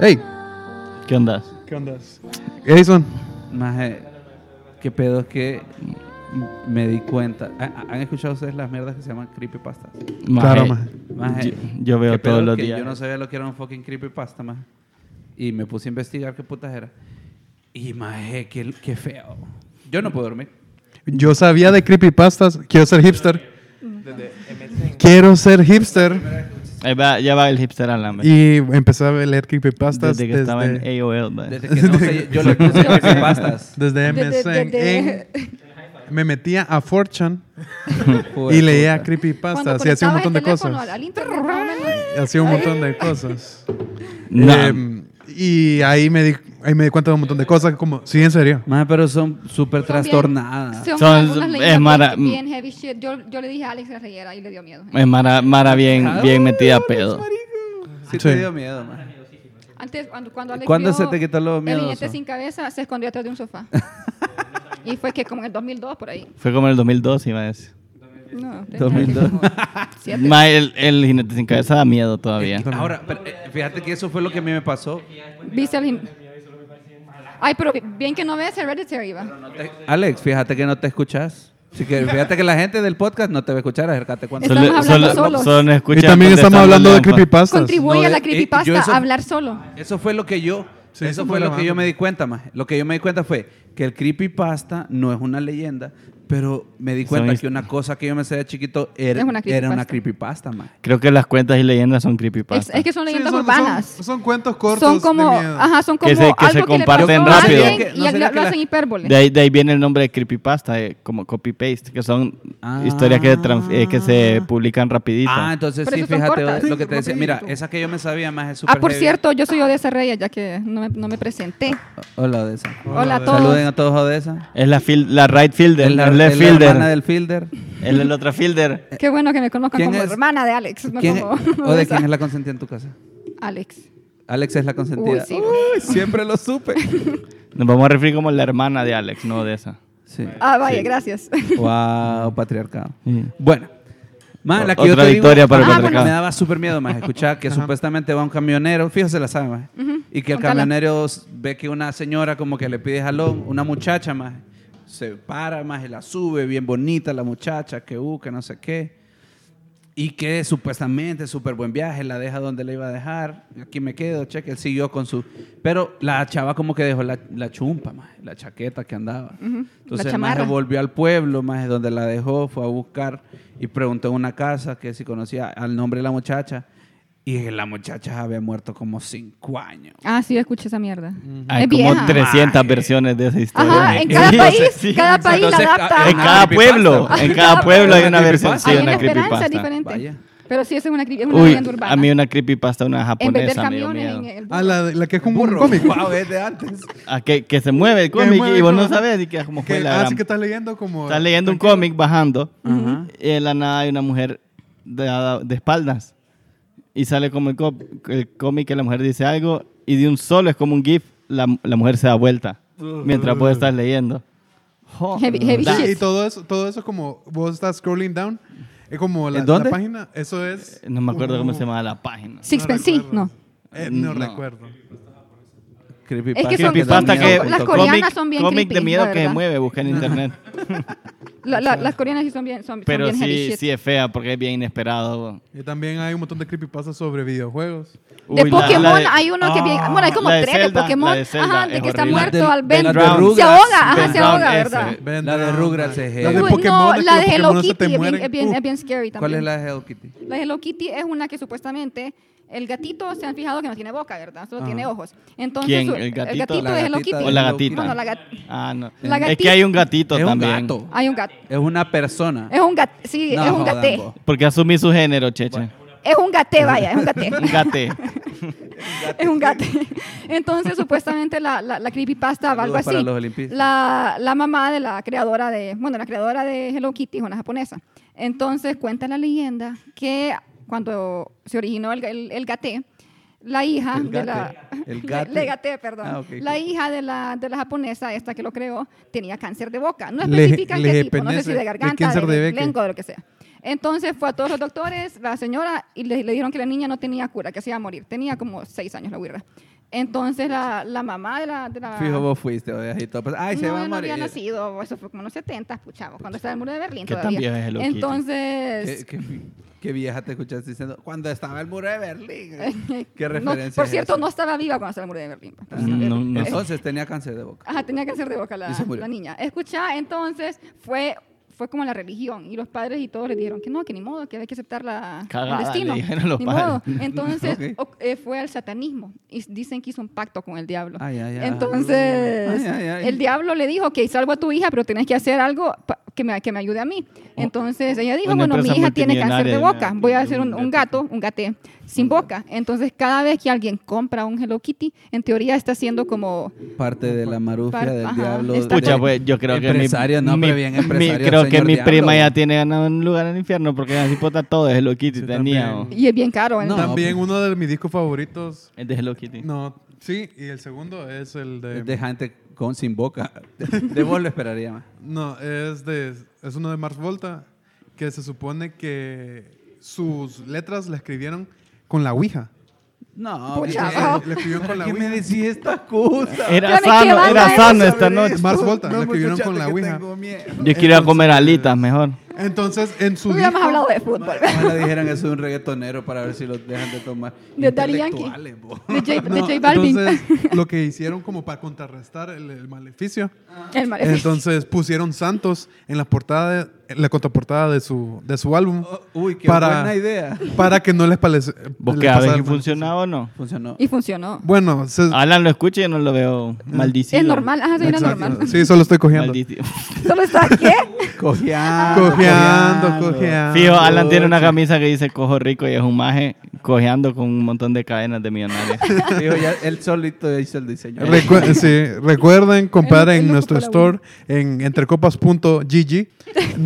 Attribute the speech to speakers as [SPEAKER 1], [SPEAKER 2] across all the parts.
[SPEAKER 1] Hey,
[SPEAKER 2] ¿Qué onda?
[SPEAKER 3] ¿Qué andas?
[SPEAKER 1] Edison.
[SPEAKER 4] Maje, qué pedo que me di cuenta. Ah, ¿Han han escuchado ustedes las mierdas que se llaman creepypastas?
[SPEAKER 1] Claro,
[SPEAKER 2] Maje,
[SPEAKER 1] maje.
[SPEAKER 4] Maje,
[SPEAKER 2] Yo, yo veo
[SPEAKER 4] qué pedo
[SPEAKER 2] todos los
[SPEAKER 4] que
[SPEAKER 2] días.
[SPEAKER 4] Yo no sabía lo que era un fucking creepypasta, maje. Y me puse a investigar qué putas era. Y maje, qué, qué feo. Yo no puedo dormir.
[SPEAKER 1] Yo sabía de creepypastas. Quiero ser hipster. Quiero ser hipster.
[SPEAKER 2] Ahí va, ya va el hipster al hambre.
[SPEAKER 1] Y empecé a leer creepypastas
[SPEAKER 2] Desde que estaba en
[SPEAKER 1] desde,
[SPEAKER 2] AOL, maje.
[SPEAKER 4] Desde que no sé, yo le puse creepypastas.
[SPEAKER 1] desde
[SPEAKER 5] De- de- de-
[SPEAKER 1] MSN.
[SPEAKER 5] de-
[SPEAKER 1] Me metía a 4chan
[SPEAKER 4] Joder,
[SPEAKER 1] y leía
[SPEAKER 4] puta.
[SPEAKER 5] Cuando
[SPEAKER 1] creepypastas y hacía un montón
[SPEAKER 5] conectabas
[SPEAKER 1] de
[SPEAKER 5] el teléfono
[SPEAKER 1] cosas.
[SPEAKER 5] al- al internet, más o menos.
[SPEAKER 1] Hacía un montón de cosas.
[SPEAKER 2] No.
[SPEAKER 1] Em, y ahí me, di, ahí me di cuenta de un montón de cosas. Como, sí, en serio.
[SPEAKER 4] Maje, pero son súper
[SPEAKER 5] Son bien-
[SPEAKER 4] trastornadas.
[SPEAKER 5] Son,
[SPEAKER 2] Son-
[SPEAKER 5] algunas
[SPEAKER 2] es
[SPEAKER 5] leyendas
[SPEAKER 2] mara-
[SPEAKER 5] bien- bien heavy shit. Yo, yo le dije a Alex que reyera y le dio miedo.
[SPEAKER 2] Es Mara, Mara bien, bien metida a pedo.
[SPEAKER 4] Sí,
[SPEAKER 1] Sí.
[SPEAKER 4] te dio miedo, maje.
[SPEAKER 5] Antes, cuando, cuando Alex
[SPEAKER 4] ¿Cuándo
[SPEAKER 5] vio
[SPEAKER 4] se te quitó lo
[SPEAKER 5] El
[SPEAKER 4] miedoso?
[SPEAKER 5] jinete sin cabeza se escondió detrás de un sofá. y fue que como en el 2002, por ahí.
[SPEAKER 2] Fue como en el 2002, iba a decir.
[SPEAKER 5] No,
[SPEAKER 4] 2002.
[SPEAKER 5] Siete.
[SPEAKER 2] Maje, el, el jinete sin cabeza da miedo todavía.
[SPEAKER 4] Ahora, pero, eh, fíjate que eso fue lo que a mí me pasó.
[SPEAKER 5] Viste el jin- Ay, pero bien que no ves Hereditary, va.
[SPEAKER 4] Eh, Alex, fíjate que no te escuchas. Así que fíjate que la gente del podcast no te va a escuchar. Acércate cuando
[SPEAKER 5] Estamos
[SPEAKER 2] Solo,
[SPEAKER 5] hablando
[SPEAKER 2] solo-
[SPEAKER 5] solos.
[SPEAKER 2] solo nos escuchan
[SPEAKER 1] y también
[SPEAKER 2] cuando
[SPEAKER 1] estamos hablando de
[SPEAKER 2] hablando pa-
[SPEAKER 1] creepypastas.
[SPEAKER 5] Contribuye
[SPEAKER 4] No,
[SPEAKER 5] a
[SPEAKER 4] eh,
[SPEAKER 5] la
[SPEAKER 4] eh,
[SPEAKER 5] creepypasta
[SPEAKER 4] yo eso-
[SPEAKER 5] a hablar solo.
[SPEAKER 4] Eso fue lo que yo.
[SPEAKER 1] Sí,
[SPEAKER 4] eso
[SPEAKER 1] estamos
[SPEAKER 4] fue lo que
[SPEAKER 1] grabando.
[SPEAKER 4] yo me di cuenta más. Lo que yo me di cuenta fue que el creepypasta no es una leyenda, pero me di cuenta
[SPEAKER 2] ¿Sabes?
[SPEAKER 4] que una cosa que yo me sé de chiquito era
[SPEAKER 5] Es una
[SPEAKER 4] era
[SPEAKER 5] creepypasta.
[SPEAKER 4] una creepypasta más.
[SPEAKER 2] Creo que las cuentas y leyendas son
[SPEAKER 5] Es,
[SPEAKER 2] creepypastas.
[SPEAKER 5] es que son
[SPEAKER 1] Sí,
[SPEAKER 5] leyendas
[SPEAKER 1] son-
[SPEAKER 5] urbanas.
[SPEAKER 1] Son, son cuentos cortos.
[SPEAKER 5] son como,
[SPEAKER 1] de miedo.
[SPEAKER 5] ajá, son como
[SPEAKER 2] Que se- que se
[SPEAKER 5] algo que le pasó
[SPEAKER 2] comparten
[SPEAKER 5] a
[SPEAKER 2] rápido.
[SPEAKER 5] alguien
[SPEAKER 4] No
[SPEAKER 5] y
[SPEAKER 4] será
[SPEAKER 5] lo,
[SPEAKER 4] que
[SPEAKER 5] lo
[SPEAKER 4] la-
[SPEAKER 5] hacen hipérbole.
[SPEAKER 2] De ahí, de ahí viene el nombre de creepypasta, eh, como copy-paste, que son
[SPEAKER 4] Ah.
[SPEAKER 2] historias que, trans- eh, que se publican rapidito.
[SPEAKER 4] Ah, entonces
[SPEAKER 5] Pero
[SPEAKER 4] sí,
[SPEAKER 5] esas son cortas.
[SPEAKER 4] fíjate lo que
[SPEAKER 1] Sí,
[SPEAKER 4] te decía.
[SPEAKER 1] rapidito.
[SPEAKER 4] Mira, esa que yo me sabía más es súper
[SPEAKER 5] Ah, por
[SPEAKER 4] heavy.
[SPEAKER 5] cierto, yo soy Odessa Reyes, ya que no me, no me presenté.
[SPEAKER 4] Hola, Odessa.
[SPEAKER 5] Hola, a todos.
[SPEAKER 4] Saluden a todos, Odessa.
[SPEAKER 2] es la, fil- la right fielder,
[SPEAKER 4] Es
[SPEAKER 2] la,
[SPEAKER 4] la,
[SPEAKER 2] left
[SPEAKER 4] es la
[SPEAKER 2] fielder,
[SPEAKER 4] hermana del fielder.
[SPEAKER 2] es el otro fielder.
[SPEAKER 5] Qué bueno que me conozcan
[SPEAKER 4] ¿Quién
[SPEAKER 5] como
[SPEAKER 4] es?
[SPEAKER 5] hermana de Alex. No
[SPEAKER 4] ¿Quién-
[SPEAKER 5] como
[SPEAKER 4] ¿O de
[SPEAKER 5] Odessa.
[SPEAKER 4] quién es la consentida en tu casa?
[SPEAKER 5] Alex.
[SPEAKER 4] Alex es la consentida.
[SPEAKER 5] Uy, sí.
[SPEAKER 4] Uy, siempre lo supe.
[SPEAKER 2] Nos vamos a referir como la hermana de Alex, no de esa.
[SPEAKER 4] Sí.
[SPEAKER 5] Ah, vaya, gracias.
[SPEAKER 4] Wow, patriarcado.
[SPEAKER 2] Sí.
[SPEAKER 4] Bueno. Más,
[SPEAKER 2] O-
[SPEAKER 4] la que yo
[SPEAKER 2] otra
[SPEAKER 4] te digo-
[SPEAKER 2] victoria para
[SPEAKER 5] el Ah, patriarcado.
[SPEAKER 4] Me daba súper miedo, más escuchar que supuestamente va un camionero, fíjese la sabe, más. Y que el
[SPEAKER 5] Contala.
[SPEAKER 4] camionero s- ve que una señora como que le pide jalón, una muchacha más, se para más y la sube, bien bonita la muchacha, que uh, que no sé qué. Y que supuestamente súper buen viaje, la deja donde la iba a dejar. Aquí me quedo, cheque, él siguió con su... Pero la chava como que dejó la, la chumpa, más, la chaqueta que andaba. Entonces,
[SPEAKER 5] la
[SPEAKER 4] el maje
[SPEAKER 5] chamarra.
[SPEAKER 4] volvió al pueblo, más donde la dejó, fue a buscar y preguntó en una casa que si conocía al nombre de la muchacha. Y la muchacha había muerto como cinco años.
[SPEAKER 5] Ah, sí, yo escuché esa mierda.
[SPEAKER 2] Hay
[SPEAKER 5] es
[SPEAKER 2] como
[SPEAKER 5] vieja.
[SPEAKER 2] 300
[SPEAKER 4] Ay.
[SPEAKER 2] versiones de esa historia.
[SPEAKER 5] Ajá, en cada
[SPEAKER 2] Entonces,
[SPEAKER 5] país,
[SPEAKER 2] sí.
[SPEAKER 5] cada país
[SPEAKER 4] Entonces,
[SPEAKER 5] la adapta.
[SPEAKER 2] En
[SPEAKER 4] Una
[SPEAKER 2] cada pueblo,
[SPEAKER 4] creepypasta.
[SPEAKER 2] en cada pueblo hay una
[SPEAKER 4] Una
[SPEAKER 2] versión,
[SPEAKER 4] creepypasta.
[SPEAKER 2] sí, una
[SPEAKER 5] Hay una esperanza
[SPEAKER 2] creepypasta.
[SPEAKER 5] diferente.
[SPEAKER 4] Vaya.
[SPEAKER 5] Pero sí, esa es una, cre- es una
[SPEAKER 2] Uy,
[SPEAKER 5] leyenda urbana.
[SPEAKER 2] a mí una creepypasta, una
[SPEAKER 5] en vez del
[SPEAKER 2] japonesa, me dio
[SPEAKER 5] camión,
[SPEAKER 2] miedo.
[SPEAKER 5] en el
[SPEAKER 1] Ah, la, la que es como un
[SPEAKER 4] Burro.
[SPEAKER 1] cómic.
[SPEAKER 4] Guau, es de antes.
[SPEAKER 2] Ah, que, que se mueve el
[SPEAKER 1] se
[SPEAKER 2] cómic
[SPEAKER 1] mueve
[SPEAKER 2] y
[SPEAKER 1] el
[SPEAKER 2] vos no
[SPEAKER 1] cómic.
[SPEAKER 2] sabes ni qué como fue
[SPEAKER 1] Que,
[SPEAKER 2] la
[SPEAKER 1] ah,
[SPEAKER 2] gran-
[SPEAKER 1] sí que estás leyendo como...
[SPEAKER 2] Estás leyendo un cómic bajando
[SPEAKER 4] Ajá.
[SPEAKER 2] y de la nada hay una mujer de, de espaldas y sale como el, cop- el cómic que la mujer dice algo y de un solo es como un gif, la, la mujer se da vuelta mientras vos estás leyendo. Jo-
[SPEAKER 5] Heavy- heavy
[SPEAKER 2] da-
[SPEAKER 5] shit.
[SPEAKER 1] Y todo eso, todo eso como vos estás scrolling down, es como la,
[SPEAKER 4] ¿En dónde?
[SPEAKER 1] la página, eso es...
[SPEAKER 2] Eh, No me acuerdo cómo
[SPEAKER 1] Uh,
[SPEAKER 2] se llamaba la página.
[SPEAKER 5] Sixpence, sí,
[SPEAKER 1] recuerdo.
[SPEAKER 5] no.
[SPEAKER 1] Eh, no,
[SPEAKER 2] No.
[SPEAKER 1] recuerdo.
[SPEAKER 5] Es que son-
[SPEAKER 2] Creepypasta
[SPEAKER 5] son-
[SPEAKER 2] que
[SPEAKER 5] las
[SPEAKER 2] cómic-
[SPEAKER 5] coreanas son bien
[SPEAKER 2] cómic de
[SPEAKER 5] creepy,
[SPEAKER 2] miedo
[SPEAKER 5] la
[SPEAKER 2] que se
[SPEAKER 5] verdad.
[SPEAKER 2] mueve, busca en internet.
[SPEAKER 5] La- la- las coreanas sí son bien, son, son
[SPEAKER 2] Pero
[SPEAKER 5] bien heavy
[SPEAKER 2] sí,
[SPEAKER 5] shit.
[SPEAKER 2] sí es fea porque es bien inesperado.
[SPEAKER 1] Y también hay un montón de creepypastas sobre videojuegos.
[SPEAKER 4] Eh,
[SPEAKER 5] De
[SPEAKER 2] Uy, la-
[SPEAKER 5] Pokémon
[SPEAKER 2] la de-
[SPEAKER 5] hay uno que bien.
[SPEAKER 2] Ah,
[SPEAKER 5] Bueno, hay como
[SPEAKER 2] la de
[SPEAKER 5] tres de
[SPEAKER 2] Zelda,
[SPEAKER 5] Pokémon.
[SPEAKER 2] la de Zelda
[SPEAKER 5] ajá, de
[SPEAKER 2] es
[SPEAKER 5] que está
[SPEAKER 2] horrible.
[SPEAKER 5] muerto
[SPEAKER 4] Del-
[SPEAKER 5] al
[SPEAKER 4] del
[SPEAKER 5] Ben.
[SPEAKER 4] Drown.
[SPEAKER 5] Se ahoga, ajá,
[SPEAKER 2] Del
[SPEAKER 5] se
[SPEAKER 2] Drown
[SPEAKER 5] ahoga,
[SPEAKER 2] ese.
[SPEAKER 5] ¿verdad?
[SPEAKER 1] Ven,
[SPEAKER 4] La de
[SPEAKER 1] no,
[SPEAKER 4] Rugrats
[SPEAKER 1] no.
[SPEAKER 4] es
[SPEAKER 1] La
[SPEAKER 5] Uy,
[SPEAKER 1] de
[SPEAKER 4] heavy.
[SPEAKER 1] Pokémon.
[SPEAKER 5] no,
[SPEAKER 1] es
[SPEAKER 5] la
[SPEAKER 1] que
[SPEAKER 5] de
[SPEAKER 1] los
[SPEAKER 5] Hello
[SPEAKER 1] Pokémon se te
[SPEAKER 5] Kitty es bien,
[SPEAKER 1] mueren.
[SPEAKER 5] es, bien,
[SPEAKER 1] Uh,
[SPEAKER 5] es bien scary también.
[SPEAKER 4] ¿Cuál es la de Hello Kitty?
[SPEAKER 5] La Hello Kitty es una que supuestamente el gatito se han fijado que no tiene boca, ¿verdad? Solo
[SPEAKER 4] Ajá.
[SPEAKER 5] tiene ojos. Entonces,
[SPEAKER 2] ¿Quién?
[SPEAKER 5] su-
[SPEAKER 2] ¿El gatito?
[SPEAKER 4] La
[SPEAKER 5] de Hello
[SPEAKER 4] gatita
[SPEAKER 5] Kitty.
[SPEAKER 2] O la
[SPEAKER 4] Hello Kitty.
[SPEAKER 2] gatita.
[SPEAKER 5] Bueno, la gat-
[SPEAKER 2] Ah, no.
[SPEAKER 5] La
[SPEAKER 2] es que
[SPEAKER 5] gatita.
[SPEAKER 2] hay un gatito
[SPEAKER 4] Es un
[SPEAKER 2] también.
[SPEAKER 4] gato.
[SPEAKER 5] Hay un gato.
[SPEAKER 4] Es una persona.
[SPEAKER 5] Es un gato. Sí,
[SPEAKER 4] No
[SPEAKER 5] es un
[SPEAKER 4] jodan,
[SPEAKER 5] gaté.
[SPEAKER 4] vos.
[SPEAKER 2] Porque asumí su género, Cheche.
[SPEAKER 5] Es un gaté, vaya, es un gaté.
[SPEAKER 2] Un gate.
[SPEAKER 5] es un gato. Entonces, supuestamente, la, la, la creepypasta va algo
[SPEAKER 4] Saludos para
[SPEAKER 5] así.
[SPEAKER 4] los olimpistas.
[SPEAKER 5] La, la mamá de la creadora de, bueno, la creadora de Hello Kitty es una japonesa. Entonces, cuenta la leyenda que cuando se originó el, el, el gaté, la hija
[SPEAKER 4] El
[SPEAKER 5] de la...
[SPEAKER 4] gaté. El
[SPEAKER 5] Le-
[SPEAKER 4] gaté.
[SPEAKER 5] Le, gaté, perdón.
[SPEAKER 4] Ah, ok,
[SPEAKER 5] La
[SPEAKER 4] cool.
[SPEAKER 5] hija de la, de la japonesa, esta que lo creó, tenía cáncer de boca. No
[SPEAKER 1] Le-
[SPEAKER 5] especifican
[SPEAKER 1] le-
[SPEAKER 5] qué tipo, no sé si
[SPEAKER 1] penece-
[SPEAKER 5] de
[SPEAKER 1] de
[SPEAKER 5] garganta,
[SPEAKER 1] cáncer de
[SPEAKER 5] de, de
[SPEAKER 1] beque.
[SPEAKER 5] de lo que sea. Entonces fue a todos los doctores, la señora, y le, le dijeron que la niña no tenía cura, que se iba a morir. Tenía como seis años la huirra. Entonces la, la mamá de la... de la-
[SPEAKER 4] Fijo, vos fuiste, ovejito. Pues, ay, se
[SPEAKER 5] no,
[SPEAKER 4] va
[SPEAKER 5] yo
[SPEAKER 4] a
[SPEAKER 5] no
[SPEAKER 4] morir.
[SPEAKER 5] había nacido, eso fue como en los 70, puchavo, cuando estaba el muro de Berlín
[SPEAKER 2] ¿Qué tan
[SPEAKER 5] todavía.
[SPEAKER 2] vieja es Hello Kitty?
[SPEAKER 5] Entonces,
[SPEAKER 4] ¿Qué, qué, qué vieja te escuchaste diciendo? Cuando estaba el muro de Berlín. ¿Qué
[SPEAKER 5] no,
[SPEAKER 4] referencia
[SPEAKER 5] por
[SPEAKER 4] es
[SPEAKER 5] cierto,
[SPEAKER 4] esa? Mm,
[SPEAKER 5] no estaba viva cuando estaba el muro de Berlín. pues,
[SPEAKER 2] No,
[SPEAKER 5] entonces,
[SPEAKER 2] no.
[SPEAKER 5] eh,
[SPEAKER 4] Entonces tenía cáncer de boca.
[SPEAKER 5] Ajá, tenía cáncer de boca la,
[SPEAKER 4] Y se murió.
[SPEAKER 5] la niña. Escucha, entonces fue, fue como la religión y los padres y todos le dijeron que no, que ni modo, que había que aceptar la,
[SPEAKER 2] Cagada,
[SPEAKER 5] el destino.
[SPEAKER 2] le dijeron los
[SPEAKER 5] ni
[SPEAKER 2] padres.
[SPEAKER 5] modo. Entonces
[SPEAKER 4] Ok.
[SPEAKER 5] o- eh, fue al satanismo y s- dicen que hizo un pacto con el diablo.
[SPEAKER 4] Ay, ay, ay. Ay,
[SPEAKER 5] Entonces,
[SPEAKER 4] ay, ay.
[SPEAKER 5] el diablo le dijo que salvo a tu hija, pero tienes que hacer algo pa- que me, que me ayude a mí. Entonces, ella dijo,
[SPEAKER 2] Una
[SPEAKER 5] bueno, mi
[SPEAKER 2] empresa
[SPEAKER 5] hija tiene cáncer de
[SPEAKER 2] multimillonaria,
[SPEAKER 5] boca, voy a
[SPEAKER 2] un
[SPEAKER 5] hacer un, un
[SPEAKER 2] gatito.
[SPEAKER 5] gato, un gaté, sin boca. Entonces, cada vez que alguien compra un Hello Kitty, en teoría está haciendo como
[SPEAKER 4] Parte de la marufia
[SPEAKER 5] Par-
[SPEAKER 4] del
[SPEAKER 5] ajá,
[SPEAKER 4] diablo.
[SPEAKER 5] está-
[SPEAKER 2] Pucha,
[SPEAKER 4] del-
[SPEAKER 2] pues yo creo que mi-
[SPEAKER 4] empresario, no,
[SPEAKER 2] mi,
[SPEAKER 4] pero bien
[SPEAKER 2] mi-
[SPEAKER 4] empresario,
[SPEAKER 2] creo que
[SPEAKER 4] señor
[SPEAKER 2] mi
[SPEAKER 4] diablo.
[SPEAKER 2] prima ya tiene ganado un lugar en el infierno porque así puta todo es Hello Kitty
[SPEAKER 4] Sí,
[SPEAKER 2] tenía.
[SPEAKER 4] también.
[SPEAKER 2] o-
[SPEAKER 5] Y es bien caro. ¿eh?
[SPEAKER 4] No.
[SPEAKER 1] También uno de mis discos favoritos.
[SPEAKER 2] El de Hello Kitty.
[SPEAKER 1] No, sí, y el segundo es el de.
[SPEAKER 4] de gente con sin boca. De vos lo esperaría más.
[SPEAKER 1] No, es de. Es uno de Mars Volta, que se supone que sus letras la escribieron con la Ouija.
[SPEAKER 4] No,
[SPEAKER 5] Pucha,
[SPEAKER 4] ¿qué-
[SPEAKER 5] va.
[SPEAKER 1] Le escribieron con la
[SPEAKER 4] ¿Qué
[SPEAKER 1] Ouija. Eh,
[SPEAKER 4] me decís estas cosas?
[SPEAKER 2] Era
[SPEAKER 5] Yo me
[SPEAKER 2] sano,
[SPEAKER 5] quedaba
[SPEAKER 2] era
[SPEAKER 5] en
[SPEAKER 2] sano
[SPEAKER 5] eso,
[SPEAKER 2] esta noche.
[SPEAKER 1] Mars Volta, la escribieron
[SPEAKER 4] muchachos,
[SPEAKER 1] con la
[SPEAKER 4] que
[SPEAKER 1] Ouija.
[SPEAKER 4] tengo miedo.
[SPEAKER 2] Yo quiero ir a comer alitas mejor.
[SPEAKER 1] Entonces, en su
[SPEAKER 5] Hubiéramos
[SPEAKER 1] disco-
[SPEAKER 5] hablado de fútbol.
[SPEAKER 4] Ojalá dijeran que soy un reggaetonero para ver si los dejan de tomar.
[SPEAKER 5] De Daddy Yankee.
[SPEAKER 4] Intelectuales, vos.
[SPEAKER 5] De J, de
[SPEAKER 1] No,
[SPEAKER 5] J Balvin.
[SPEAKER 1] Entonces, lo que hicieron como para contrarrestar el, el maleficio.
[SPEAKER 5] el maleficio.
[SPEAKER 1] Entonces pusieron Santos en la portada, de- en la contraportada de su, de su álbum.
[SPEAKER 4] Oh, Uy, qué
[SPEAKER 1] Para-
[SPEAKER 4] buena idea.
[SPEAKER 1] Para que no les parece.
[SPEAKER 2] ¿Vos
[SPEAKER 1] les
[SPEAKER 2] qué a ver
[SPEAKER 1] pasara
[SPEAKER 2] si
[SPEAKER 1] el maleficio.
[SPEAKER 2] funcionaba o no?
[SPEAKER 4] Funcionó.
[SPEAKER 5] y funcionó.
[SPEAKER 1] Bueno, se-
[SPEAKER 2] Alan lo escucha y yo no lo veo maldicido.
[SPEAKER 5] Ah, es normal, ajá, sí, era
[SPEAKER 1] exacto.
[SPEAKER 5] normal.
[SPEAKER 1] Sí, solo estoy cogiendo.
[SPEAKER 2] Maldito.
[SPEAKER 5] Solo está qué?
[SPEAKER 4] Cojeando.
[SPEAKER 1] Cojeando,
[SPEAKER 4] Ah,
[SPEAKER 1] cojeando.
[SPEAKER 2] Fijo, Alan tiene una camisa que dice cojo rico y es un maje cojeando con un montón de cadenas de millonarios.
[SPEAKER 4] Dijo, ya, él solito hizo el diseño.
[SPEAKER 1] Recu- sí, recuerden comprar
[SPEAKER 5] Él- él
[SPEAKER 1] en
[SPEAKER 5] no
[SPEAKER 1] nuestro
[SPEAKER 5] ocupa la
[SPEAKER 1] store en entrecopas.gg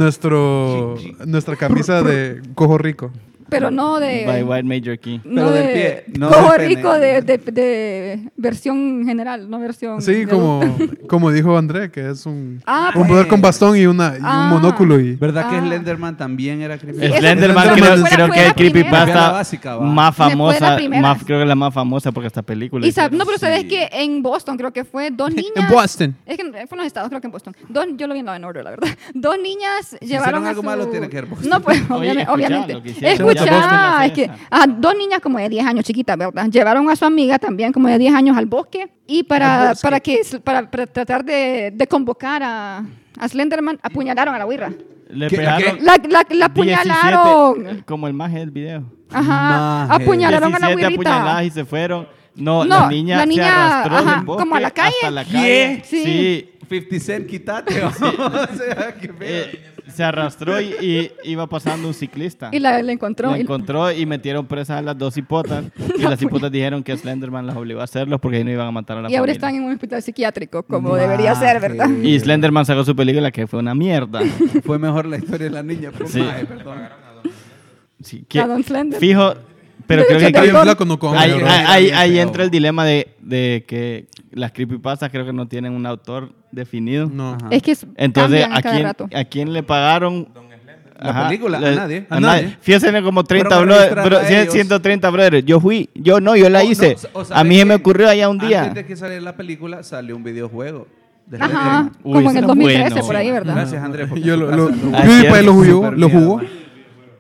[SPEAKER 1] nuestro nuestra camisa de cojo rico.
[SPEAKER 5] Pero no de.
[SPEAKER 2] By White Major Key.
[SPEAKER 5] No
[SPEAKER 4] Pero del
[SPEAKER 5] de,
[SPEAKER 4] pie, no
[SPEAKER 5] cojo
[SPEAKER 4] del pene.
[SPEAKER 5] rico de, de, de versión general, no versión.
[SPEAKER 1] Sí,
[SPEAKER 5] de
[SPEAKER 1] como,
[SPEAKER 5] adulto.
[SPEAKER 1] como dijo André, que es un,
[SPEAKER 5] Ah,
[SPEAKER 1] un
[SPEAKER 5] pues.
[SPEAKER 1] poder con bastón y, una, y
[SPEAKER 5] Ah.
[SPEAKER 1] un monóculo. Y,
[SPEAKER 4] ¿Verdad que
[SPEAKER 5] Ah.
[SPEAKER 4] Slenderman también era criminal?
[SPEAKER 5] Sí, esa-
[SPEAKER 2] Slenderman
[SPEAKER 1] esa
[SPEAKER 2] creo,
[SPEAKER 1] fue la-
[SPEAKER 2] creo
[SPEAKER 5] fue
[SPEAKER 2] que
[SPEAKER 5] la
[SPEAKER 2] es
[SPEAKER 4] primera. La
[SPEAKER 2] creepypasta
[SPEAKER 4] básica, va.
[SPEAKER 2] más
[SPEAKER 5] Fue la
[SPEAKER 2] famosa,
[SPEAKER 5] primera.
[SPEAKER 2] más, creo que la más famosa porque esta película.
[SPEAKER 5] Y sab- no, pero
[SPEAKER 4] Sí.
[SPEAKER 5] sabes que en Boston creo que fue dos niñas.
[SPEAKER 1] Boston.
[SPEAKER 5] Es que fue en los estados, creo que en Boston. Dos, yo lo vi en Law and Order, la verdad. Dos niñas
[SPEAKER 4] hicieron
[SPEAKER 5] llevaron a
[SPEAKER 4] algo
[SPEAKER 5] su-
[SPEAKER 4] malo, tiene que ver Boston.
[SPEAKER 5] No, pues,
[SPEAKER 2] Oye,
[SPEAKER 5] obviamente.
[SPEAKER 2] escuchá
[SPEAKER 5] obviamente.
[SPEAKER 2] lo que hicieron. Ya Boston
[SPEAKER 5] Escuchá,
[SPEAKER 2] hace
[SPEAKER 5] es que
[SPEAKER 2] esa.
[SPEAKER 5] ah, dos niñas como de 10 años, chiquitas, ¿verdad? Llevaron a su amiga también como de 10 años al bosque y para,
[SPEAKER 4] Al bosque.
[SPEAKER 5] para, que, para, para tratar de, de convocar a, a Slenderman, apuñalaron a la wirra.
[SPEAKER 2] Le
[SPEAKER 4] ¿Qué-
[SPEAKER 2] pegaron
[SPEAKER 5] La, la, la apuñalaron.
[SPEAKER 2] 17, como el maje del video.
[SPEAKER 5] Ajá.
[SPEAKER 4] Maje.
[SPEAKER 5] Apuñalaron a la
[SPEAKER 2] 17
[SPEAKER 5] wirrita.
[SPEAKER 2] apuñaladas y se fueron. No,
[SPEAKER 5] No,
[SPEAKER 2] la niña,
[SPEAKER 5] la
[SPEAKER 2] se
[SPEAKER 5] niña,
[SPEAKER 2] arrastró
[SPEAKER 5] ajá,
[SPEAKER 2] del bosque
[SPEAKER 5] como a la calle.
[SPEAKER 2] hasta la
[SPEAKER 5] ¿Qué?
[SPEAKER 2] calle.
[SPEAKER 5] Sí.
[SPEAKER 2] Sí.
[SPEAKER 4] 50 Cent, quítate. o sea, qué pedo.
[SPEAKER 2] eh, se arrastró y, y iba pasando un ciclista.
[SPEAKER 5] Y la, la encontró.
[SPEAKER 2] La
[SPEAKER 5] y-
[SPEAKER 2] encontró y metieron presas a las dos hipotas. y las hipotas dijeron que Slenderman las obligó a hacerlo porque ahí no iban a matar a la
[SPEAKER 5] Y
[SPEAKER 2] familia.
[SPEAKER 5] ahora están en un hospital psiquiátrico, como debería ser, ¿verdad?
[SPEAKER 4] Maje.
[SPEAKER 2] Y Slenderman sacó su película que fue una mierda.
[SPEAKER 4] Fue mejor la historia de la niña. Pero,
[SPEAKER 2] Sí.
[SPEAKER 4] maje, perdón.
[SPEAKER 2] Sí, que-
[SPEAKER 5] A Don Slender.
[SPEAKER 2] Fijo, pero creo que
[SPEAKER 1] Está bien
[SPEAKER 5] Perdón.
[SPEAKER 1] flaco, no come,
[SPEAKER 2] ahí,
[SPEAKER 1] bro.
[SPEAKER 2] ahí- ahí- ahí
[SPEAKER 4] Feo.
[SPEAKER 2] entra el dilema de, de que las creepypastas creo que no tienen un autor definido.
[SPEAKER 1] No.
[SPEAKER 4] Ajá.
[SPEAKER 5] Es que es-
[SPEAKER 2] Entonces,
[SPEAKER 5] cambian
[SPEAKER 2] ¿a
[SPEAKER 5] a cada
[SPEAKER 2] quién,
[SPEAKER 5] rato.
[SPEAKER 2] ¿a quién le pagaron?
[SPEAKER 4] La película, a nadie, a nadie.
[SPEAKER 2] Fíjense en como 30
[SPEAKER 4] Fueron a
[SPEAKER 2] brothers.
[SPEAKER 4] registrar
[SPEAKER 2] bro-
[SPEAKER 4] a
[SPEAKER 2] cien-
[SPEAKER 4] ellos.
[SPEAKER 2] 130 brothers. Yo fui, yo no, yo la
[SPEAKER 4] O-
[SPEAKER 2] hice.
[SPEAKER 4] no, o
[SPEAKER 2] a mí
[SPEAKER 4] ¿sabes
[SPEAKER 2] se me
[SPEAKER 4] qué?
[SPEAKER 2] ocurrió allá un día.
[SPEAKER 4] Antes de que saliera la película, salió un videojuego. de
[SPEAKER 5] Ajá,
[SPEAKER 4] Slenderman.
[SPEAKER 2] Uy,
[SPEAKER 5] como en
[SPEAKER 2] ese
[SPEAKER 5] el
[SPEAKER 2] era
[SPEAKER 5] 2013,
[SPEAKER 2] bueno.
[SPEAKER 5] por ahí, ¿verdad?
[SPEAKER 4] Gracias, Andrés. por
[SPEAKER 1] Yo lo,
[SPEAKER 4] tu
[SPEAKER 1] lo,
[SPEAKER 4] plaza.
[SPEAKER 2] Ah,
[SPEAKER 1] PewDiePie lo
[SPEAKER 4] Súper
[SPEAKER 1] jugó, lo
[SPEAKER 4] mierda,
[SPEAKER 1] jugó.
[SPEAKER 4] maje.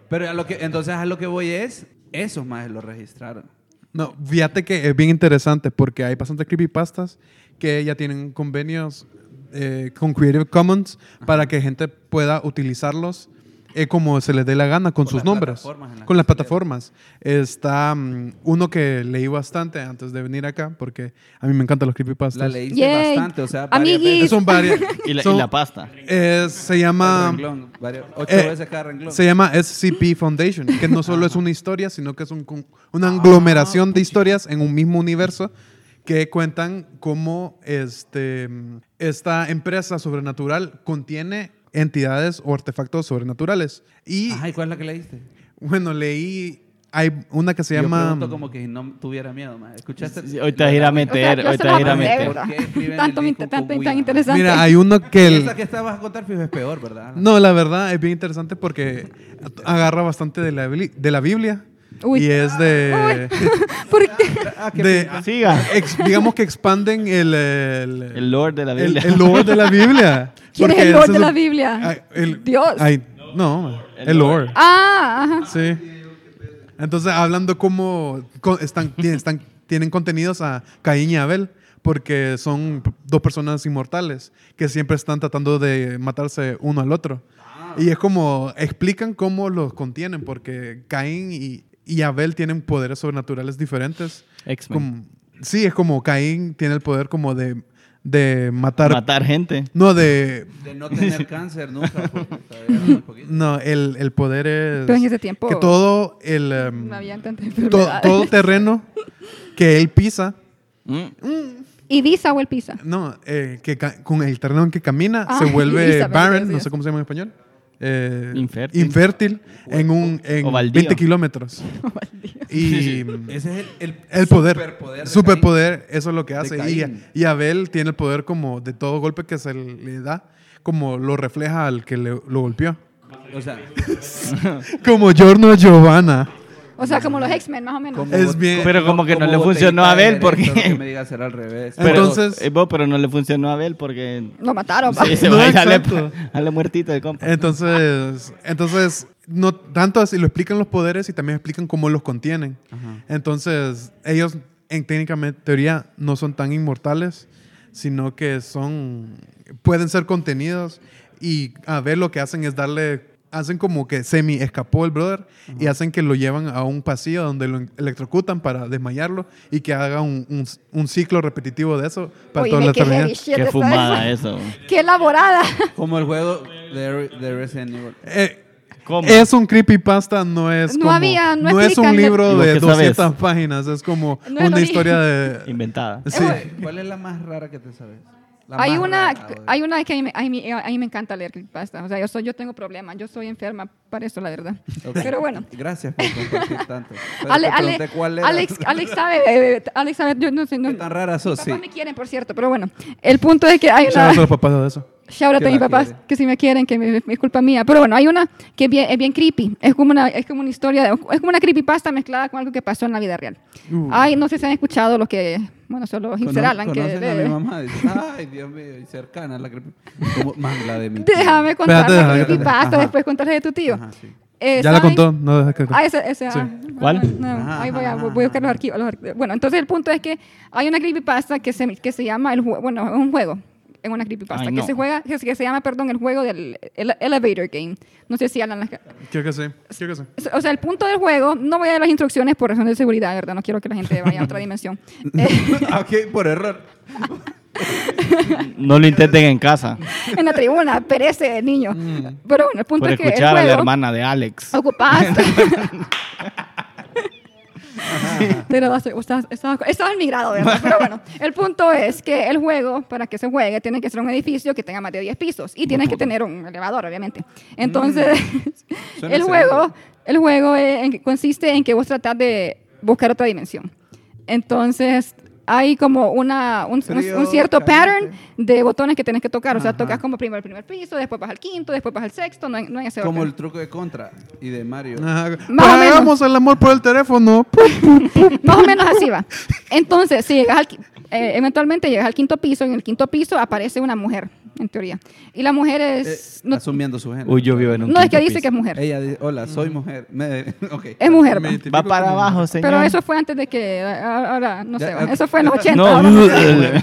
[SPEAKER 4] Pero a lo que, entonces a lo que voy es, esos más lo registraron.
[SPEAKER 1] No, fíjate que es bien interesante porque hay bastantes creepypastas que ya tienen convenios eh, con Creative Commons para que gente pueda utilizarlos eh, como se les dé la gana con,
[SPEAKER 4] Con
[SPEAKER 1] sus
[SPEAKER 4] las
[SPEAKER 1] nombres,
[SPEAKER 4] plataformas en las
[SPEAKER 1] con
[SPEAKER 4] que
[SPEAKER 1] las
[SPEAKER 4] se
[SPEAKER 1] plataformas. Está mm, uno que leí bastante antes de venir acá porque a mí me encantan los creepypastas.
[SPEAKER 4] La leíste
[SPEAKER 5] Yay.
[SPEAKER 4] bastante, o sea, varias
[SPEAKER 5] Amiguis.
[SPEAKER 1] Eh,
[SPEAKER 4] veces.
[SPEAKER 1] Son varias.
[SPEAKER 2] Y la, y
[SPEAKER 1] Son-
[SPEAKER 2] la pasta.
[SPEAKER 1] eh, se
[SPEAKER 4] Cada
[SPEAKER 1] llama
[SPEAKER 4] renglón, varias- ocho
[SPEAKER 1] eh,
[SPEAKER 4] veces cada renglón.
[SPEAKER 1] Se llama SCP Foundation, que no solo
[SPEAKER 4] Ah.
[SPEAKER 1] es una historia, sino que es un con- una aglomeración de historias en un mismo universo que cuentan cómo este, esta empresa sobrenatural contiene entidades o artefactos sobrenaturales. Y
[SPEAKER 4] Ajá, ¿y cuál es la que leíste?
[SPEAKER 1] bueno, leí, hay una que se
[SPEAKER 4] Yo
[SPEAKER 1] llama...
[SPEAKER 4] pregunto como que no tuviera mieado, más. ¿Escuchaste?
[SPEAKER 2] Sí, Hoy te vas a ir a meter,
[SPEAKER 5] O sea, yo
[SPEAKER 2] hoy
[SPEAKER 5] se
[SPEAKER 2] te vas
[SPEAKER 5] la
[SPEAKER 2] a ir a
[SPEAKER 5] pasé,
[SPEAKER 2] meter.
[SPEAKER 5] ¿verdad?
[SPEAKER 4] ¿Por qué escriben
[SPEAKER 5] Tanto,
[SPEAKER 4] el
[SPEAKER 5] mi-
[SPEAKER 4] disco
[SPEAKER 5] tan,
[SPEAKER 4] con
[SPEAKER 5] tan
[SPEAKER 4] Wii?
[SPEAKER 5] interesante.
[SPEAKER 1] Mira, hay uno que... el-
[SPEAKER 4] Esa que estabas a contar, fijo, es peor, ¿verdad?
[SPEAKER 1] No, la verdad es bien interesante porque agarra bastante de la, Bibli- de la Biblia
[SPEAKER 5] Uy.
[SPEAKER 1] Y es de...
[SPEAKER 5] ¿Por qué?
[SPEAKER 4] Ah, qué
[SPEAKER 1] de
[SPEAKER 2] Siga.
[SPEAKER 1] ex- digamos que expanden el... El,
[SPEAKER 2] El Lord de la
[SPEAKER 1] el-
[SPEAKER 2] Biblia.
[SPEAKER 1] el lore de la Biblia.
[SPEAKER 5] ¿Quién es
[SPEAKER 1] Porque
[SPEAKER 5] el Lord
[SPEAKER 1] ese
[SPEAKER 5] de la
[SPEAKER 1] el-
[SPEAKER 5] Biblia?
[SPEAKER 1] Ay, Ah, el-
[SPEAKER 5] Dios.
[SPEAKER 1] ay, no, el, lore.
[SPEAKER 5] Ah, ajá.
[SPEAKER 1] Sí. Entonces, hablando cómo co- están, tienen, están- tienen contenidos a Caín y Abel, porque son p- dos personas inmortales que siempre están tratando de matarse uno al otro. Y es como, explican cómo los contienen, porque Caín y, y Abel tienen poderes sobrenaturales diferentes.
[SPEAKER 2] X-Men.
[SPEAKER 1] Como- sí, es como Caín tiene el poder como de, de matar...
[SPEAKER 2] Matar gente.
[SPEAKER 1] No, de...
[SPEAKER 4] De no tener cáncer nunca. porque todavía muy poquito.
[SPEAKER 1] No, el, el poder es...
[SPEAKER 5] Pero en ese tiempo
[SPEAKER 1] Que todo el... em,
[SPEAKER 5] no habían tantas
[SPEAKER 1] to-
[SPEAKER 5] enfermedades.
[SPEAKER 1] todo terreno que él pisa,
[SPEAKER 2] Mm.
[SPEAKER 5] Y Disa o el Pisa.
[SPEAKER 1] no, eh, que ca- con el terreno en que camina
[SPEAKER 5] Ah,
[SPEAKER 1] se vuelve
[SPEAKER 5] Elizabeth,
[SPEAKER 1] barren, no
[SPEAKER 5] gracias.
[SPEAKER 1] sé cómo se llama en español. eh,
[SPEAKER 2] Infértil.
[SPEAKER 1] infértil en un en
[SPEAKER 2] O baldío.
[SPEAKER 1] 20 kilómetros. Y
[SPEAKER 4] Ese es el, el,
[SPEAKER 1] el poder,
[SPEAKER 4] superpoder de
[SPEAKER 1] superpoder, eso es lo que hace. Y,
[SPEAKER 4] Caín.
[SPEAKER 1] y Abel tiene el poder como de todo golpe que se le da, como lo refleja al que le- lo golpeó.
[SPEAKER 4] Caín. O sea,
[SPEAKER 1] Como Giorno Giovanna.
[SPEAKER 5] O sea, como los X-Men, más o menos.
[SPEAKER 4] como
[SPEAKER 1] Es
[SPEAKER 4] bot-
[SPEAKER 1] bien-
[SPEAKER 2] Pero como que no le
[SPEAKER 4] botellita
[SPEAKER 2] funcionó a
[SPEAKER 4] de
[SPEAKER 2] Abel, porque-
[SPEAKER 4] Benedicto, no que me digas era al revés.
[SPEAKER 2] Pero,
[SPEAKER 1] Entonces-
[SPEAKER 2] eh, vos, pero no le funcionó a Abel porque
[SPEAKER 5] Lo mataron. pa.
[SPEAKER 2] sí, se
[SPEAKER 1] No,
[SPEAKER 2] va a ir a
[SPEAKER 1] exacto.
[SPEAKER 2] la, a la muertita de compa.
[SPEAKER 1] Entonces, entonces no tanto así lo explican los poderes y también explican cómo los contienen.
[SPEAKER 4] Ajá.
[SPEAKER 1] Entonces, ellos en técnicamente teoría no son tan inmortales, sino que son pueden ser contenidos y a ver lo que hacen es darle hacen como que semi escapó el brother y hacen que lo llevan a un pasillo donde lo electrocutan para desmayarlo y que haga un, un- un ciclo repetitivo de eso para
[SPEAKER 5] Oye,
[SPEAKER 1] toda la
[SPEAKER 5] qué heavy
[SPEAKER 1] eternidad.
[SPEAKER 5] shit
[SPEAKER 2] Qué
[SPEAKER 5] está
[SPEAKER 2] fumada
[SPEAKER 5] eso.
[SPEAKER 2] eso.
[SPEAKER 5] Qué elaborada.
[SPEAKER 4] Como el juego de, Re- de Resident Evil.
[SPEAKER 1] Eh,
[SPEAKER 2] ¿Cómo?
[SPEAKER 1] Es un creepypasta, no es
[SPEAKER 5] No
[SPEAKER 1] como-
[SPEAKER 5] había- no
[SPEAKER 1] es un
[SPEAKER 5] explican.
[SPEAKER 1] libro
[SPEAKER 2] ¿Y vos
[SPEAKER 1] de
[SPEAKER 2] qué sabes?
[SPEAKER 1] 200 páginas, es como
[SPEAKER 5] No es
[SPEAKER 1] una
[SPEAKER 5] lo
[SPEAKER 1] historia de...
[SPEAKER 2] Inventada.
[SPEAKER 1] Sí.
[SPEAKER 4] ¿Cuál- ¿Cuál es la más rara que te sabes? La
[SPEAKER 5] Hay
[SPEAKER 4] más
[SPEAKER 5] una,
[SPEAKER 4] rara, güey.
[SPEAKER 5] hay una que a mí, me- a mí- a mí me encanta leer creepypasta. O sea, yo, soy, yo tengo problemas. Yo soy enferma para eso, la verdad.
[SPEAKER 4] Ok.
[SPEAKER 5] Pero bueno.
[SPEAKER 4] Gracias por compartir tanto. Pero
[SPEAKER 5] Ale-
[SPEAKER 4] te
[SPEAKER 5] Ale-
[SPEAKER 4] pregunté cuál era.
[SPEAKER 5] Alex, Alex sabe, eh, Alex sabe, yo no sé, no,
[SPEAKER 4] ¿Qué tan rara sos?
[SPEAKER 5] papá
[SPEAKER 4] Sí.
[SPEAKER 5] me quieren, por cierto, pero bueno, el punto es que hay
[SPEAKER 1] Ya
[SPEAKER 5] una,
[SPEAKER 1] no se los papás de eso.
[SPEAKER 5] shout out
[SPEAKER 4] Que
[SPEAKER 5] a mis
[SPEAKER 4] la
[SPEAKER 5] papás,
[SPEAKER 4] quiere.
[SPEAKER 5] que si me quieren, que me- es culpa mía, pero bueno, hay una que es bien, es bien creepy, es como una, es como una historia, de- es como una creepypasta mezclada con algo que pasó en la vida real.
[SPEAKER 1] Uh.
[SPEAKER 5] Ay, no sé si han escuchado los que, bueno, solo Hipster
[SPEAKER 4] Cono-
[SPEAKER 5] Alan, que
[SPEAKER 4] conocen a
[SPEAKER 5] de-
[SPEAKER 4] mi mamá. Dicen, Ay, Dios mío, y cercana a la creepy. Como man, la de mi tía.
[SPEAKER 5] déjame contar
[SPEAKER 1] Espérate,
[SPEAKER 5] la
[SPEAKER 1] déjame-
[SPEAKER 5] creepypasta,
[SPEAKER 4] ajá.
[SPEAKER 5] después contarle de tu tío.
[SPEAKER 4] Ajá, sí.
[SPEAKER 5] Eh,
[SPEAKER 1] Ya la
[SPEAKER 5] ¿saben?
[SPEAKER 1] contó, no deja que...
[SPEAKER 5] Ah, esa, esa.
[SPEAKER 1] Sí.
[SPEAKER 5] ah,
[SPEAKER 2] ¿Cuál?
[SPEAKER 5] No,
[SPEAKER 4] Ajá,
[SPEAKER 5] ahí voy a,
[SPEAKER 4] ajá,
[SPEAKER 5] voy a buscar los
[SPEAKER 4] ajá.
[SPEAKER 5] archivos, los archivos. Bueno, entonces el punto es que hay una creepypasta que se, que se llama, el jue- bueno, es un juego, es una creepypasta,
[SPEAKER 2] Ay,
[SPEAKER 5] que,
[SPEAKER 2] no.
[SPEAKER 5] se juega, que, se- que se llama, perdón, el juego del ele- Elevator Game. No sé si hablan las...
[SPEAKER 1] Creo que sí, creo que sí.
[SPEAKER 5] O sea, el punto del juego, no voy a dar las instrucciones por razones de seguridad, ¿verdad? No quiero que la gente vaya a otra dimensión. Eh,
[SPEAKER 4] Ah, ok, por error.
[SPEAKER 2] No lo intenten en casa.
[SPEAKER 5] en la tribuna, perece, niño. Pero bueno, el punto
[SPEAKER 2] Mm. Por
[SPEAKER 5] es que el
[SPEAKER 2] escuchar a la
[SPEAKER 5] juego-
[SPEAKER 2] hermana de Alex.
[SPEAKER 5] Ocupadas. Pero vas a- estás- estabas estabas en mi grado, ¿verdad? Pero bueno, el punto es que el juego, para que se juegue, tiene que ser un edificio que tenga más de 10 pisos y tiene que tener un elevador, obviamente. Entonces,
[SPEAKER 4] Mm, Suena
[SPEAKER 5] el
[SPEAKER 4] seguro.
[SPEAKER 5] juego, el juego eh, en que- consiste en que vos tratás de buscar otra dimensión. Entonces, hay como una, un, un- un cierto
[SPEAKER 4] Frío,
[SPEAKER 5] pattern
[SPEAKER 4] caliente.
[SPEAKER 5] de botones que tenés que tocar. O sea,
[SPEAKER 4] Ajá.
[SPEAKER 5] tocas como primero el primer piso, después vas al quinto, después vas al sexto, no en, no en ese
[SPEAKER 4] Como
[SPEAKER 5] orden.
[SPEAKER 4] el truco de Contra y de Mario.
[SPEAKER 5] Ah.
[SPEAKER 1] Ajá.
[SPEAKER 5] Más o menos.
[SPEAKER 1] Hagamos el amor por el teléfono.
[SPEAKER 5] Más o menos así va. Entonces, si llegas al, qui- eh, eventualmente llegas al quinto piso, en el quinto piso aparece una mujer, en teoría. Y la mujer es...
[SPEAKER 4] Eh,
[SPEAKER 5] no,
[SPEAKER 4] Asumiendo su género.
[SPEAKER 2] Uy, yo vivo en un
[SPEAKER 5] no, es que
[SPEAKER 2] quinto
[SPEAKER 5] dice que
[SPEAKER 2] piso.
[SPEAKER 5] es mujer. Mm.
[SPEAKER 4] Ella dice, hola, soy mujer. Me- ok.
[SPEAKER 5] Es mujer. va.
[SPEAKER 2] Va para abajo, señor.
[SPEAKER 5] Pero eso fue antes de que... a- Ahora, no sé,
[SPEAKER 4] Ya,
[SPEAKER 5] va.
[SPEAKER 4] ah,
[SPEAKER 5] eso fue en los 80.
[SPEAKER 2] No.
[SPEAKER 5] ahora no
[SPEAKER 4] eh.
[SPEAKER 5] sé.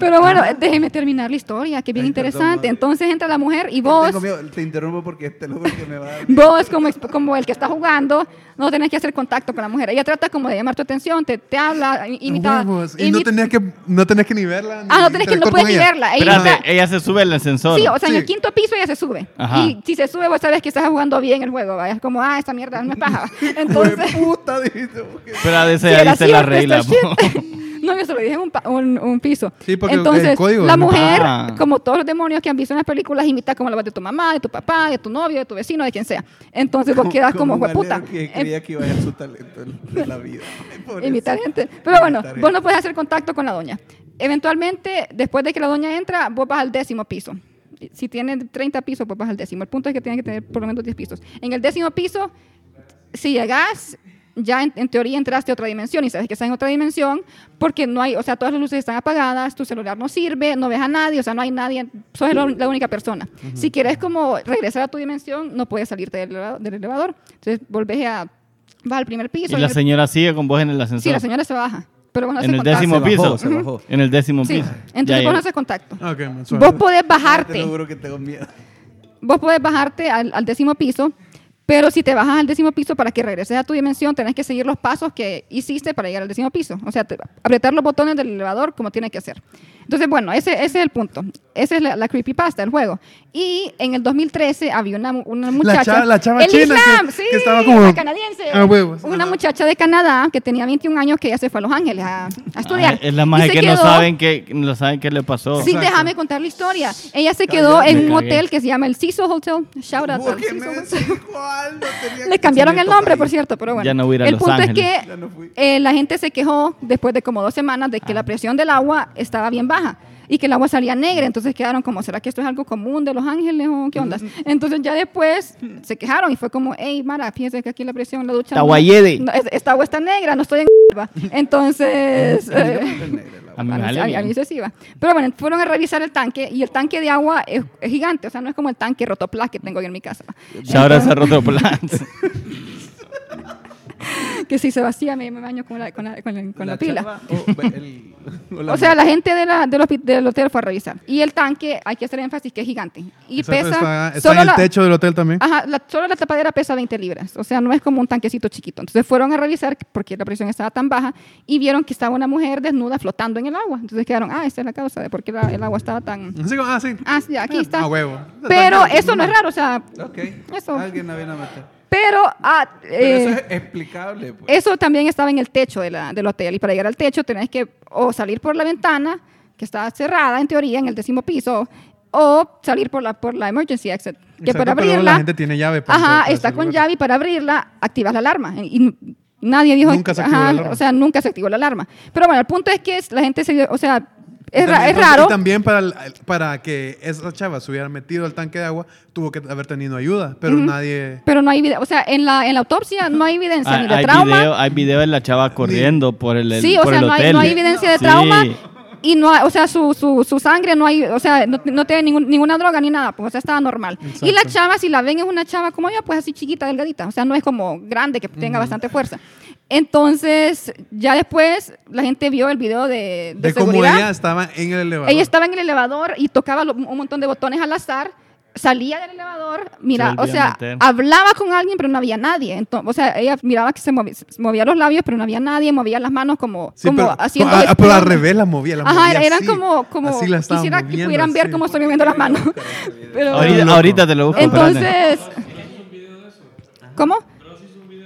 [SPEAKER 5] Pero bueno, déjeme terminar la historia, que es bien
[SPEAKER 4] Ay, perdón,
[SPEAKER 5] interesante.
[SPEAKER 4] madre.
[SPEAKER 5] Entonces entra la mujer y
[SPEAKER 4] Tengo
[SPEAKER 5] vos...
[SPEAKER 4] miedo, te interrumpo porque te lo juro que me va a dar.
[SPEAKER 5] Vos, como, ex- como el que está jugando, no tenés que hacer contacto con la mujer. Ella trata como de llamar tu atención, te, te habla, i- imita...
[SPEAKER 1] Huevos. Y no
[SPEAKER 5] imita-
[SPEAKER 1] tenías que, no tenías que ni verla.
[SPEAKER 5] Ah, no tenés que, no
[SPEAKER 1] interactuar
[SPEAKER 5] puedes
[SPEAKER 1] con
[SPEAKER 5] ni
[SPEAKER 1] ella.
[SPEAKER 5] verla. Ella
[SPEAKER 2] Espérate,
[SPEAKER 5] está-
[SPEAKER 2] ella se sube al ascensor.
[SPEAKER 5] Sí, o sea, en el
[SPEAKER 1] Sí.
[SPEAKER 5] quinto piso ella se sube.
[SPEAKER 2] Ajá.
[SPEAKER 5] Y si se sube, vos sabes que estás jugando bien el juego, ¿va? Es como, ah, esta mierda no es paja. Entonces,
[SPEAKER 4] puta, dijiste. porque-
[SPEAKER 2] Pero a veces
[SPEAKER 5] si
[SPEAKER 2] ahí
[SPEAKER 5] era
[SPEAKER 2] dice la
[SPEAKER 5] cierto,
[SPEAKER 2] regla.
[SPEAKER 5] esta shit. No, yo se lo dije en un, pa- un- un piso.
[SPEAKER 1] Sí, porque
[SPEAKER 5] Entonces,
[SPEAKER 1] el código
[SPEAKER 5] la
[SPEAKER 1] no-
[SPEAKER 5] mujer,
[SPEAKER 2] Ah.
[SPEAKER 5] como todos los demonios que han visto en las películas, imita como la voz de tu mamá, de tu papá, de tu novio, de tu vecino, de quien sea. Entonces, vos quedas como,
[SPEAKER 4] un
[SPEAKER 5] hueputa.
[SPEAKER 4] alero que
[SPEAKER 5] Em-
[SPEAKER 4] creía que iba a ser su talento de la vida. Ay, pobrecito.
[SPEAKER 5] imitar gente. Pero bueno,
[SPEAKER 4] Imitar
[SPEAKER 5] vos
[SPEAKER 4] gente.
[SPEAKER 5] no puedes hacer contacto con la doña. Eventualmente, después de que la doña entra, vos vas al décimo piso. Si tienen 30 pisos, pues vas al décimo. El punto es que tienen que tener por lo menos 10 pisos. En el décimo piso si llegas, ya en, en teoría entraste a otra dimensión y sabes que estás en otra dimensión porque no hay, o sea, todas las luces están apagadas, tu celular no sirve, no ves a nadie, o sea, no hay nadie, sos la, la única persona. Si quieres como regresar a tu dimensión, no puedes salirte del, eleva- del elevador. Entonces volvés a, vas al primer piso.
[SPEAKER 2] Y
[SPEAKER 5] en
[SPEAKER 2] la
[SPEAKER 5] el-
[SPEAKER 2] señora sigue con vos en el
[SPEAKER 5] sí,
[SPEAKER 2] ascensor.
[SPEAKER 5] la señora se baja, pero vos no
[SPEAKER 2] en
[SPEAKER 5] haces
[SPEAKER 2] el
[SPEAKER 5] contacto.
[SPEAKER 2] décimo
[SPEAKER 4] Se
[SPEAKER 2] piso.
[SPEAKER 4] bajó, se bajó.
[SPEAKER 2] En el décimo
[SPEAKER 5] Sí,
[SPEAKER 2] piso. Ya
[SPEAKER 5] entonces
[SPEAKER 2] llegó.
[SPEAKER 5] vos no haces contacto.
[SPEAKER 1] Ok, man, suave.
[SPEAKER 5] Vos podés
[SPEAKER 4] Ah, Te
[SPEAKER 5] bajarte.
[SPEAKER 4] lo juro que tengo miedo.
[SPEAKER 5] vos podés bajarte al, al décimo piso, pero si te bajas al décimo piso para que regreses a tu dimensión, tenés que seguir los pasos que hiciste para llegar al décimo piso. O sea, te- apretar los botones del elevador como tiene que hacer. Entonces, bueno, ese, ese es el punto. Esa es la, la creepypasta del juego. Y en el 2013 había una, mu- una muchacha.
[SPEAKER 1] chava- la chava
[SPEAKER 5] el
[SPEAKER 1] china
[SPEAKER 5] Islam,
[SPEAKER 1] que-
[SPEAKER 5] sí,
[SPEAKER 1] que estaba como-
[SPEAKER 5] la canadiense.
[SPEAKER 1] a huevos.
[SPEAKER 5] Una
[SPEAKER 1] Ajá.
[SPEAKER 5] muchacha de Canadá que tenía 21 años que ya se fue a Los Ángeles a, a estudiar.
[SPEAKER 2] Ah, es la
[SPEAKER 5] Y
[SPEAKER 2] magia
[SPEAKER 5] se
[SPEAKER 2] que no
[SPEAKER 5] quedó-
[SPEAKER 2] saben que no saben qué le pasó.
[SPEAKER 5] Sí,
[SPEAKER 1] Exacto.
[SPEAKER 5] déjame contar la historia. Ella se quedó
[SPEAKER 2] Cállate.
[SPEAKER 5] en un
[SPEAKER 2] Me cagué.
[SPEAKER 5] hotel que se llama el Cecil Hotel. Shout out
[SPEAKER 4] ¿Por
[SPEAKER 5] al
[SPEAKER 4] qué
[SPEAKER 5] Cecil
[SPEAKER 4] me
[SPEAKER 5] Hotel.
[SPEAKER 4] decís cuál? No tenía
[SPEAKER 5] Le cambiaron el
[SPEAKER 4] conocimiento
[SPEAKER 5] nombre,
[SPEAKER 4] para
[SPEAKER 5] por
[SPEAKER 4] ir.
[SPEAKER 5] cierto, pero bueno.
[SPEAKER 2] Ya no voy a ir a
[SPEAKER 5] el
[SPEAKER 2] Los
[SPEAKER 5] punto
[SPEAKER 2] Ángeles.
[SPEAKER 5] es
[SPEAKER 4] Ya no fui.
[SPEAKER 5] que eh, la gente se quejó después de como dos semanas de que
[SPEAKER 2] Ah.
[SPEAKER 5] la presión del agua estaba bien baja y que el agua salía negra. Entonces quedaron como, ¿será que esto es algo común de Los Ángeles o qué
[SPEAKER 4] Mm.
[SPEAKER 5] onda? Entonces ya después se quejaron y fue como, hey, Mara, fíjense que aquí la presión en la ducha.
[SPEAKER 2] Está
[SPEAKER 5] no-
[SPEAKER 2] guayede.
[SPEAKER 5] no, es- esta agua está negra, no estoy en. va". Entonces. eh,
[SPEAKER 4] El negro, la-
[SPEAKER 2] A mí me
[SPEAKER 5] a mí,
[SPEAKER 2] vale
[SPEAKER 5] a mí- a mí
[SPEAKER 2] bien.
[SPEAKER 5] se sí iba. Pero bueno, fueron a revisar el tanque y el tanque de agua es, es gigante, o sea, no es como el tanque rotoplas que tengo yo en mi casa.
[SPEAKER 2] Ya ahora se ha roto plans.
[SPEAKER 5] Que si se vacía me, me baño con la, con la- con la- con la pila.
[SPEAKER 4] chava o el- la
[SPEAKER 5] O sea, la gente de la- del hospi- del hotel fue a revisar. Y el tanque, hay que hacer énfasis que es gigante. Y
[SPEAKER 1] Exacto,
[SPEAKER 5] pesa.
[SPEAKER 1] Está, está
[SPEAKER 5] solo
[SPEAKER 1] en
[SPEAKER 5] Ah.
[SPEAKER 1] el
[SPEAKER 5] la-
[SPEAKER 1] techo ¿eh? del hotel también.
[SPEAKER 5] Ajá, la- solo la tapadera pesa 20 libras, o sea, no es como un tanquecito chiquito. Entonces fueron a revisar porque la presión estaba tan baja y vieron que estaba una mujer desnuda flotando en el agua. Entonces quedaron, ah, esa es la causa de por qué la- el agua estaba tan...
[SPEAKER 1] Así como, ah, sí.
[SPEAKER 5] Ah, sí, aquí está.
[SPEAKER 1] A huevo.
[SPEAKER 5] Pero eso no es raro, o sea,
[SPEAKER 4] Ok.
[SPEAKER 5] Eso.
[SPEAKER 4] Alguien la viene a matar.
[SPEAKER 5] pero... ah,
[SPEAKER 4] Pero eso
[SPEAKER 5] eh,
[SPEAKER 4] es explicable. Pues.
[SPEAKER 5] Eso también estaba en el techo de la- del hotel y para llegar al techo tenés que o salir por la ventana, que está cerrada en teoría en el décimo piso, o salir por la, por la emergency exit, que
[SPEAKER 1] Exacto,
[SPEAKER 5] para
[SPEAKER 1] pero
[SPEAKER 5] abrirla...
[SPEAKER 1] La gente tiene llave. para entrar,
[SPEAKER 5] Ajá,
[SPEAKER 1] para
[SPEAKER 5] está
[SPEAKER 1] ese
[SPEAKER 5] con
[SPEAKER 1] lugar.
[SPEAKER 5] llave y para abrirla activas la alarma. Y n- nadie dijo...
[SPEAKER 1] Nunca se activó la alarma.
[SPEAKER 5] O sea, nunca se activó la alarma. Pero bueno, el punto es que es- la gente se... dio- O sea, es, ra-
[SPEAKER 1] También-
[SPEAKER 5] es raro.
[SPEAKER 1] Y también para, el- para que esa chava se hubiera metido al tanque de agua, tuvo que haber tenido ayuda, pero nadie...
[SPEAKER 5] Pero no hay video, o sea, en la, en la autopsia no hay evidencia
[SPEAKER 2] Ah,
[SPEAKER 5] ni de
[SPEAKER 2] hay,
[SPEAKER 5] trauma.
[SPEAKER 2] video, hay video de la chava corriendo por el, el-
[SPEAKER 5] sí, o
[SPEAKER 2] por
[SPEAKER 5] sea,
[SPEAKER 2] el
[SPEAKER 5] no hay,
[SPEAKER 2] hotel.
[SPEAKER 5] no hay evidencia de
[SPEAKER 2] Sí.
[SPEAKER 5] trauma. Y no, hay- o sea, su, su, su sangre no hay, o sea, no, no tiene ningún- ninguna droga ni nada, pues, o sea, estaba normal. Y la chava, si la ven, es una chava como yo, pues así chiquita, delgadita, o sea, no es como grande, que tenga bastante fuerza. Entonces, ya después, la gente vio el video de, de
[SPEAKER 1] De, cómo
[SPEAKER 5] seguridad.
[SPEAKER 1] ella estaba en el elevador.
[SPEAKER 5] Ella estaba en el elevador y tocaba lo- un montón de botones al azar. Salía del elevador, mira,
[SPEAKER 2] volvía
[SPEAKER 5] o
[SPEAKER 2] a
[SPEAKER 5] sea,
[SPEAKER 2] meter.
[SPEAKER 5] hablaba con alguien, pero no había nadie. Entonces, o sea, ella miraba que se movi- se movía, los labios, pero no había nadie, movía las manos como,
[SPEAKER 1] Sí,
[SPEAKER 5] como
[SPEAKER 1] pero,
[SPEAKER 5] haciendo.
[SPEAKER 1] ah, ah, pero al
[SPEAKER 5] espion-
[SPEAKER 1] revés la movía, la
[SPEAKER 5] Ajá,
[SPEAKER 1] movía
[SPEAKER 5] eran
[SPEAKER 1] así.
[SPEAKER 5] como, como
[SPEAKER 1] Así la estaba
[SPEAKER 5] quisiera que
[SPEAKER 1] moviendo,
[SPEAKER 5] pudieran ver
[SPEAKER 1] así.
[SPEAKER 5] cómo estoy moviendo las manos. Pero-
[SPEAKER 2] Ahorita,
[SPEAKER 1] Loco.
[SPEAKER 2] ahorita te lo busco. espérate.
[SPEAKER 5] entonces, ¿cómo?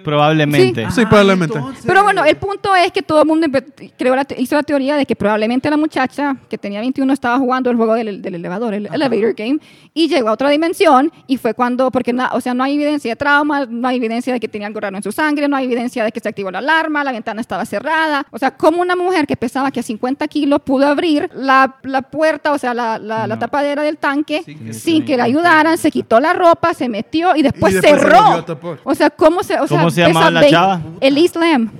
[SPEAKER 2] Probablemente.
[SPEAKER 1] Sí, probablemente.
[SPEAKER 4] Ah, entonces-
[SPEAKER 5] Pero bueno, el punto es que todo el mundo empe- creó la te- hizo la teoría de que probablemente la muchacha que tenía 21 estaba jugando el juego del, del elevador, el elevator game, y llegó a otra dimensión y fue cuando, porque na- o sea, no hay evidencia de trauma, no hay evidencia de que tenía algo raro en su sangre, no hay evidencia de que se activó la alarma, la ventana estaba cerrada. O sea, como una mujer que pesaba que 50 kilos pudo abrir la, la puerta, o sea, la, la- la
[SPEAKER 2] No.
[SPEAKER 5] tapadera del tanque
[SPEAKER 4] Sin
[SPEAKER 5] sin
[SPEAKER 4] que
[SPEAKER 5] que, la ayudaran, se quitó la ropa, se metió y después
[SPEAKER 1] después se
[SPEAKER 5] cerró.
[SPEAKER 1] volvió a tapar.
[SPEAKER 5] o sea, ¿cómo se, o sea,
[SPEAKER 2] ¿Cómo se llamaba
[SPEAKER 5] esa
[SPEAKER 2] la
[SPEAKER 5] ve-
[SPEAKER 2] chava?
[SPEAKER 5] el Islam.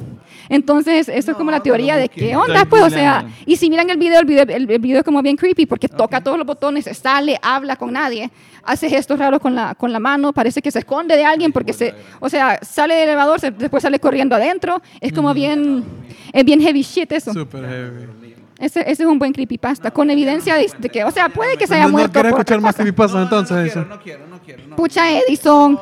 [SPEAKER 5] Entonces, eso es como la teoría de qué onda,
[SPEAKER 2] Está
[SPEAKER 5] pues, o
[SPEAKER 2] bien.
[SPEAKER 5] sea, y si miran el video, el video, el, el video es como bien creepy porque toca todos los botones, se sale, habla con nadie, hace gestos raros con la, con la mano, parece que se esconde de alguien porque se, o sea, sale del elevador, se- después sale corriendo adentro, es como bien, es bien heavy shit eso.
[SPEAKER 1] Súper heavy.
[SPEAKER 5] Ese, ese es un buen creepypasta, con evidencia de, de que, o sea, puede que se haya
[SPEAKER 1] Pues No, no
[SPEAKER 5] muerto.
[SPEAKER 1] quería
[SPEAKER 5] por
[SPEAKER 1] escuchar
[SPEAKER 5] otra
[SPEAKER 1] más
[SPEAKER 5] cosa.
[SPEAKER 1] creepypasta,
[SPEAKER 4] No, no, no
[SPEAKER 1] entonces.
[SPEAKER 4] quiero,
[SPEAKER 1] dice.
[SPEAKER 4] no quiero, no quiero, no.
[SPEAKER 5] Pucha eh. Edison,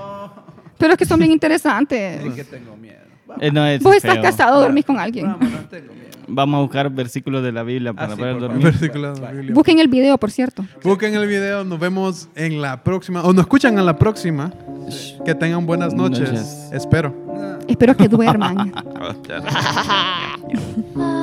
[SPEAKER 5] pero es que son bien interesantes.
[SPEAKER 4] Es que tengo miedo. Vamos,
[SPEAKER 2] Eh, no, ese
[SPEAKER 5] Vos
[SPEAKER 2] es
[SPEAKER 5] estás
[SPEAKER 2] feo.
[SPEAKER 5] casado, dormís con alguien.
[SPEAKER 4] vamos, no tengo miedo.
[SPEAKER 2] Vamos a buscar versículos de la Biblia para
[SPEAKER 4] Ah, sí,
[SPEAKER 2] poder
[SPEAKER 4] por
[SPEAKER 2] dormir.
[SPEAKER 1] Versículo de la Biblia.
[SPEAKER 5] Busquen el video, por cierto.
[SPEAKER 1] Busquen el video, nos vemos en la próxima, o nos escuchan en la próxima. Que tengan buenas
[SPEAKER 2] Buenas
[SPEAKER 1] noches.
[SPEAKER 2] noches.
[SPEAKER 1] Espero.
[SPEAKER 5] Espero que duerman.
[SPEAKER 3] Ah.